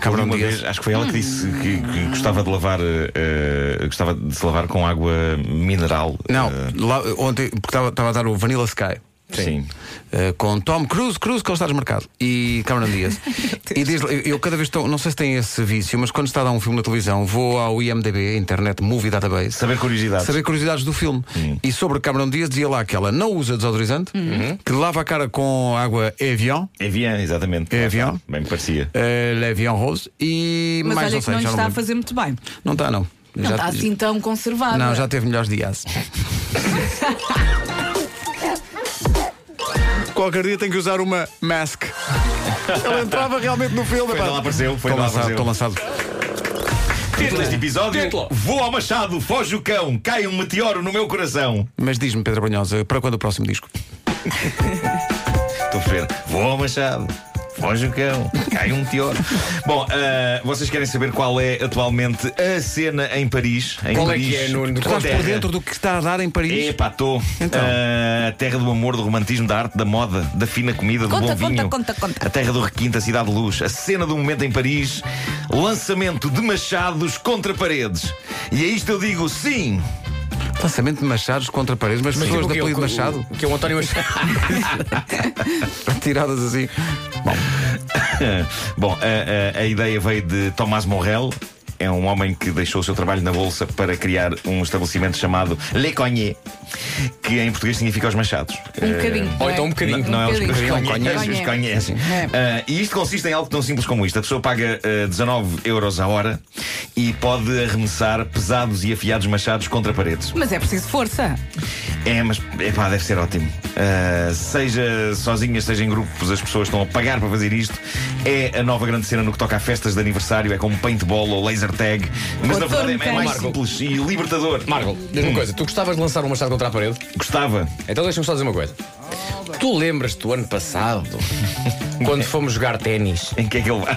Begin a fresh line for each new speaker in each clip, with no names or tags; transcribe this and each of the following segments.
Cabrão
Uma
Dias,
vez-
acho que foi ela que disse que, que gostava de lavar, eh, eh, gostava de se lavar com água mineral.
Não,
eh,
lá, ontem, porque estava a dar o Vanilla Sky.
Sim.
Eh, com Tom Cruise, Cruise, que ele está desmarcado. E Cameron Dias. e diz eu, eu cada vez estou, não sei se tem esse vício, mas quando está a dar um filme na televisão, vou ao IMDB, Internet Movie Database.
Saber curiosidades.
Saber curiosidades do filme. E sobre Cameron Dias dizia lá que ela não usa desodorizante, que lava a cara com água Evian,
Evian, É exatamente.
Evian.
Bem me parecia.
eh, L'Evian Rose, e
Mas
mais
olha
não
que
sei,
não lhe
já
está a
lembro.
fazer muito bem.
Não está, não.
Não está assim tão conservada. Um
não, já teve melhores dias. Qualquer dia tem que usar uma mask. Ele entrava realmente no filme.
Foi
pá.
onde ela apareceu, foi
Estou
onde ela
lançado,
apareceu.
estou lançado. É
Título deste episódio: Vou ao Machado, foge o cão, cai um meteoro no meu coração.
Mas diz-me, Pedro Banhosa, para quando o próximo disco?
Estou a ver. Vou ao Machado. Foge o cão, cai um meteoro. Bom, ah, vocês querem saber qual é atualmente a cena em Paris? Em
Qual é
Paris,
que é, Nuno?
Tu
com
estás por
terra.
dentro do que está a dar em Paris?
Epá, estou.
Então.
Ah, a terra do amor, do romantismo, da arte, da moda, da fina comida, do
Conta,
bom vinho.
conta, conta, conta.
A terra do requinte, a cidade de luz. A cena do momento em Paris. Lançamento de machados contra paredes. E a isto eu digo sim.
Lançamento de machados contra paredes, mas,
Mas
pessoas
tipo
de
o que é
apelido
o-
Machado
o Que é o António Machado.
tiradas assim.
Bom, a, a- a ideia veio de Tomás Morrel. É um homem que deixou o seu trabalho na Bolsa para criar um estabelecimento chamado Le Cogné, que em português significa os machados. Eh,
Um bocadinho.
Ou então um
Não,
bocadinho.
não é os que
bocadinho.
os conhecem, os
Conhece.
que conhecem.
É.
Ah, e isto consiste em algo tão simples como isto: a pessoa paga ah, 19 euros a hora e pode arremessar pesados e afiados machados contra paredes.
Mas é preciso força.
É, mas epá, deve ser ótimo. Ah, seja sozinhas, seja em grupos, as pessoas estão a pagar para fazer isto. É a nova grande cena no que toca a festas de aniversário, é como paintball ou laser tag. Mas
Ou
na verdade é, é
turn-tank.
mais
Marco.
simples e libertador. Hum,
Marvel, diz-me uma coisa. Tu gostavas de lançar um machado contra a parede?
Gostava.
Então deixa-me só dizer uma coisa. Tu lembras-te do ano passado, quando fomos jogar ténis?
Em que é que ele vai?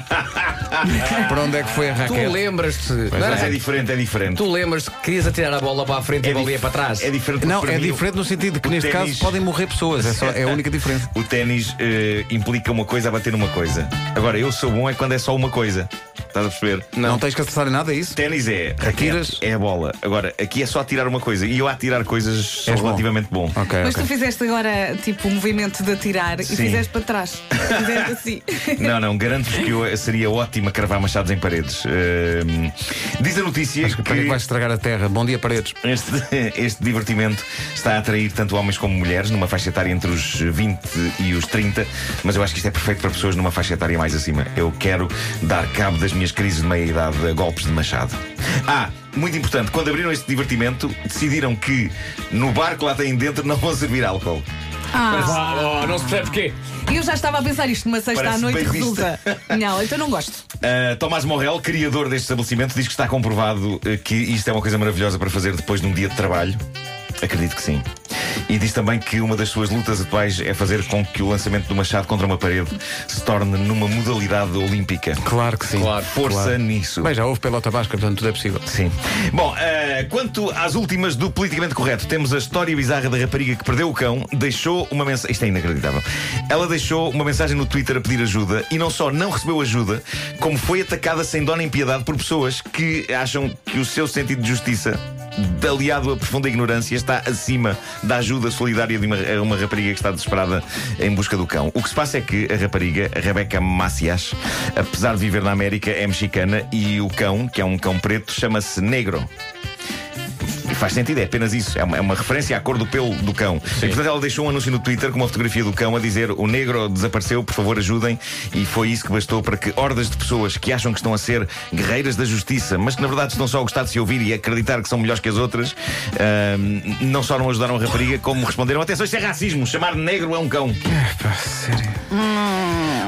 Para onde é que foi a
Tu
raquete?
lembras-te. Não era
Mas é
assim?
diferente, é diferente.
Tu lembras-te que querias atirar a bola para a frente e
É
a bola ia
dif-
para trás?
É diferente
Não,
porque
é
para mim o-
diferente no sentido que neste
ténis-
caso podem morrer pessoas. É, só, é a única diferença.
O ténis eh, implica uma coisa a bater numa coisa. Agora, eu sou bom é quando é só uma coisa. Estás a perceber?
Não, tens que acertar em nada, é isso?
Ténis é
Atiras?
raquete, é a bola. Agora, aqui é só atirar uma coisa. E eu a atirar coisas sou
És bom.
relativamente bom.
Ok.
Mas
É, ok.
tu fizeste agora tipo o movimento de atirar
Sim.
e fizeste para trás. Fizeste assim.
Não, não, garanto-vos que eu seria ótimo a cravar machados em paredes. Ehm, diz a notícia
Acho que para que é que vais estragar a terra? Bom dia, paredes.
Este, este divertimento está a atrair tanto homens como mulheres, numa faixa etária entre os 20 e os 30, mas eu acho que isto é perfeito para pessoas numa faixa etária mais acima. Eu quero dar cabo das minhas crises de meia-idade a golpes de machado. Ah, muito importante, quando abriram este divertimento, decidiram que no bar que lá têm dentro não vão servir álcool.
Ah,
Ah, oh, não se percebe porquê.
eu já estava a pensar isto numa sexta à
Parece
noite
bem
resulta. Não, então não gosto.
Uh, Tomás Morrel, criador deste estabelecimento, diz que está comprovado uh, que isto é uma coisa maravilhosa para fazer depois de um dia de trabalho. Acredito que sim. E diz também que uma das suas lutas atuais é fazer com que o lançamento do machado contra uma parede se torne numa modalidade olímpica.
Claro que sim.
Claro.
Força
claro.
nisso.
Bem, já houve pelota basca, portanto tudo é possível.
Sim. Bom, eh, quanto às últimas do politicamente correto, temos a história bizarra da rapariga que perdeu o cão, deixou uma mensagem. Isto é inacreditável. Ela deixou uma mensagem no Twitter a pedir ajuda e não só não recebeu ajuda, como foi atacada sem dó nem piedade por pessoas que acham que o seu sentido de justiça. de- Aliado à profunda ignorância, está acima da ajuda solidária de uma, a uma rapariga que está desesperada em busca do cão. O que se passa é que a rapariga, a Rebeca Macias, apesar de viver na América, é mexicana e o cão, que é um cão preto, chama-se Negro. E faz sentido, é apenas isso. É uma, é uma referência à cor do pelo do cão. E portanto ela deixou um anúncio no Twitter com uma fotografia do cão a dizer o negro desapareceu, por favor ajudem. E foi isso que bastou para que hordas de pessoas que acham que estão a ser guerreiras da justiça, mas que na verdade estão só a gostar de se ouvir e a acreditar que são melhores que as outras, ahm, não só não ajudaram a rapariga, como responderam: atenção, isto é racismo, chamar negro é um cão.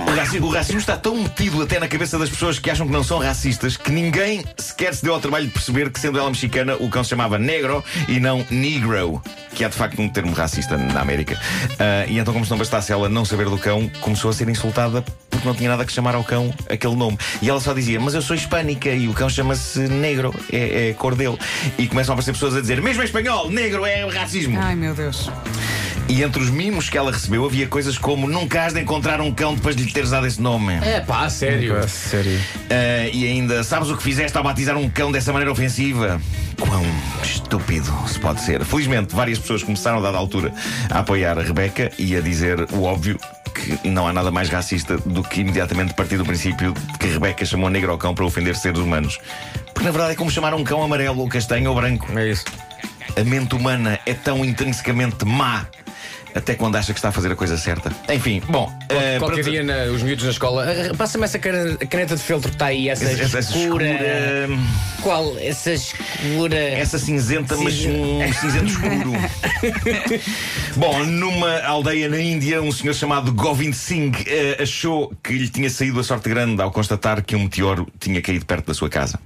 O racismo, o racismo está tão metido até na cabeça das pessoas que acham que não são racistas que ninguém sequer se deu ao trabalho de perceber que, sendo ela mexicana, o cão se chamava negro e não negro, que é de facto um termo racista na América. Ah, e então, como se não bastasse ela não saber do cão, começou a ser insultada porque não tinha nada que chamar ao cão aquele nome. E ela só dizia, mas eu sou hispânica e o cão chama-se negro, é, é a cor dele. E começam a aparecer pessoas a dizer, mesmo em espanhol, negro é racismo.
Ai meu Deus.
E entre os mimos que ela recebeu havia coisas como Nunca has de encontrar um cão depois de lhe teres dado esse nome
É pá, a sério.
Pá, sério.
Eh, E ainda, sabes o que fizeste ao batizar um cão dessa maneira ofensiva? Quão estúpido se pode ser Felizmente, várias pessoas começaram a dada altura A apoiar a Rebeca e a dizer o óbvio que não há nada mais racista do que imediatamente partir do princípio de que Rebeca chamou negro ao cão para ofender seres humanos. Porque na verdade é como chamar um cão amarelo ou castanho ou branco.
É isso.
A mente humana é tão intrinsecamente má até quando acha que está a fazer a coisa certa. Enfim, bom, eh,
Qualquer
para-
dia na- os miúdos na escola. "Ah, Passa-me essa cana- caneta de feltro que está aí, essa,
essa, essa
escura.
escura,
Qual? Essa escura.
essa cinzenta, mas
É Cinza.
um cinzento escuro. bom, numa aldeia na Índia, um senhor chamado Govind Singh eh, achou que lhe tinha saído a sorte grande ao constatar que um meteoro tinha caído perto da sua casa.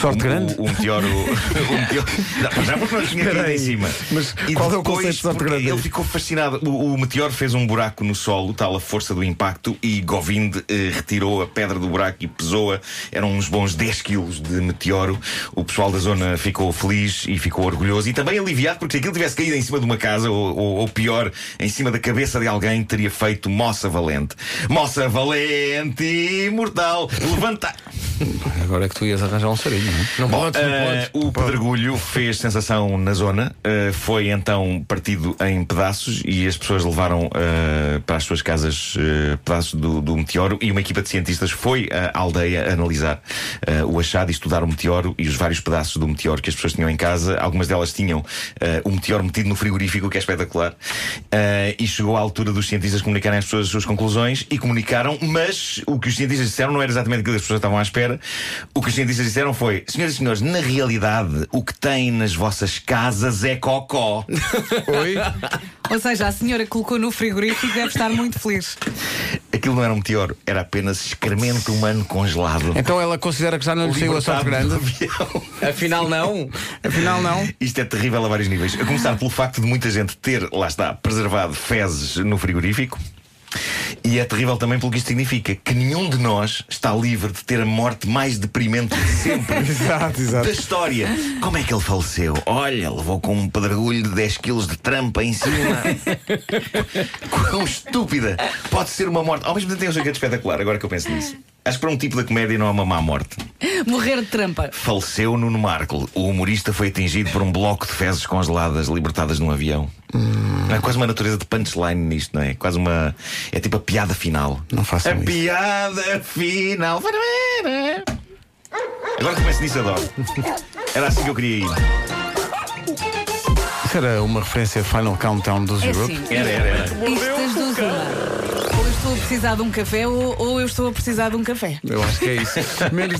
Sorte
Um-
grande?
O, o meteoro. o meteoro Não, para já porque não tinha
Espera
caído
aí,
em cima.
mas qual é o conceito de sorte
porque
grande?
Ele ficou fascinado. O, o meteoro fez um buraco no solo, tal a força do impacto, e Govind eh, retirou a pedra do buraco e pesou-a. Eram uns bons 10 quilos de meteoro. O pessoal da zona ficou feliz e ficou orgulhoso e também aliviado, porque se aquilo tivesse caído em cima de uma casa, ou, ou- ou pior, em cima da cabeça de alguém, teria feito moça valente. Moça valente, imortal, levanta.
Agora é que tu ias arranjar um sarinho, não é?
Não pode, não pode.
Ah, o pedregulho fez sensação na zona, ah, foi então partido em pedaços e as pessoas levaram ah, para as suas casas ah, pedaços do, do meteoro e uma equipa de cientistas foi à aldeia analisar ah, o achado e estudar o meteoro e os vários pedaços do meteoro que as pessoas tinham em casa. Algumas delas tinham ah, o meteoro metido no frigorífico, o que é espetacular. Ah, e chegou à altura dos cientistas comunicarem às pessoas as suas conclusões e comunicaram, mas o que os cientistas disseram não era exatamente aquilo que as pessoas estavam à espera. O que os cientistas disseram foi: Senhoras e senhores, na realidade, o que tem nas vossas casas é cocó.
Oi?
Ou seja, a senhora que colocou no frigorífico deve estar muito feliz.
Aquilo não era um meteoro, era apenas excremento humano congelado.
Então ela considera que já não lhe saiu a sorte
Libertado do
grande?
avião.
Afinal, não.
Afinal, não.
Isto é terrível a vários níveis. A começar pelo facto de muita gente ter, lá está, preservado fezes no frigorífico. E é terrível também pelo que isto significa: que nenhum de nós está livre de ter a morte mais deprimente de sempre.
Exato,
Da história. Como é que ele faleceu? Olha, levou com um pedregulho de 10 quilos de trampa em cima. Quão estúpida! Pode ser uma morte. Ao mesmo tempo tem um jeito espetacular, agora que eu penso nisso. Acho que para um tipo da comédia não há uma má morte.
Morrer de trampa.
Faleceu Nuno Marco. O humorista foi atingido por um bloco de fezes congeladas libertadas num avião.
Hum.
É quase uma natureza de punchline nisto, não é? Quase uma. É tipo a piada final.
Não façam
A
isso.
piada final. Agora que eu penso nisso, adoro. Era assim que eu queria ir.
Isso era uma referência a Final Countdown dos
É
Europe.
assim.
Era, era, era.
Isto das duas uma. Ou eu estou a precisar de um café ou, ou eu estou a precisar de um café.
Eu acho que é isso. Menos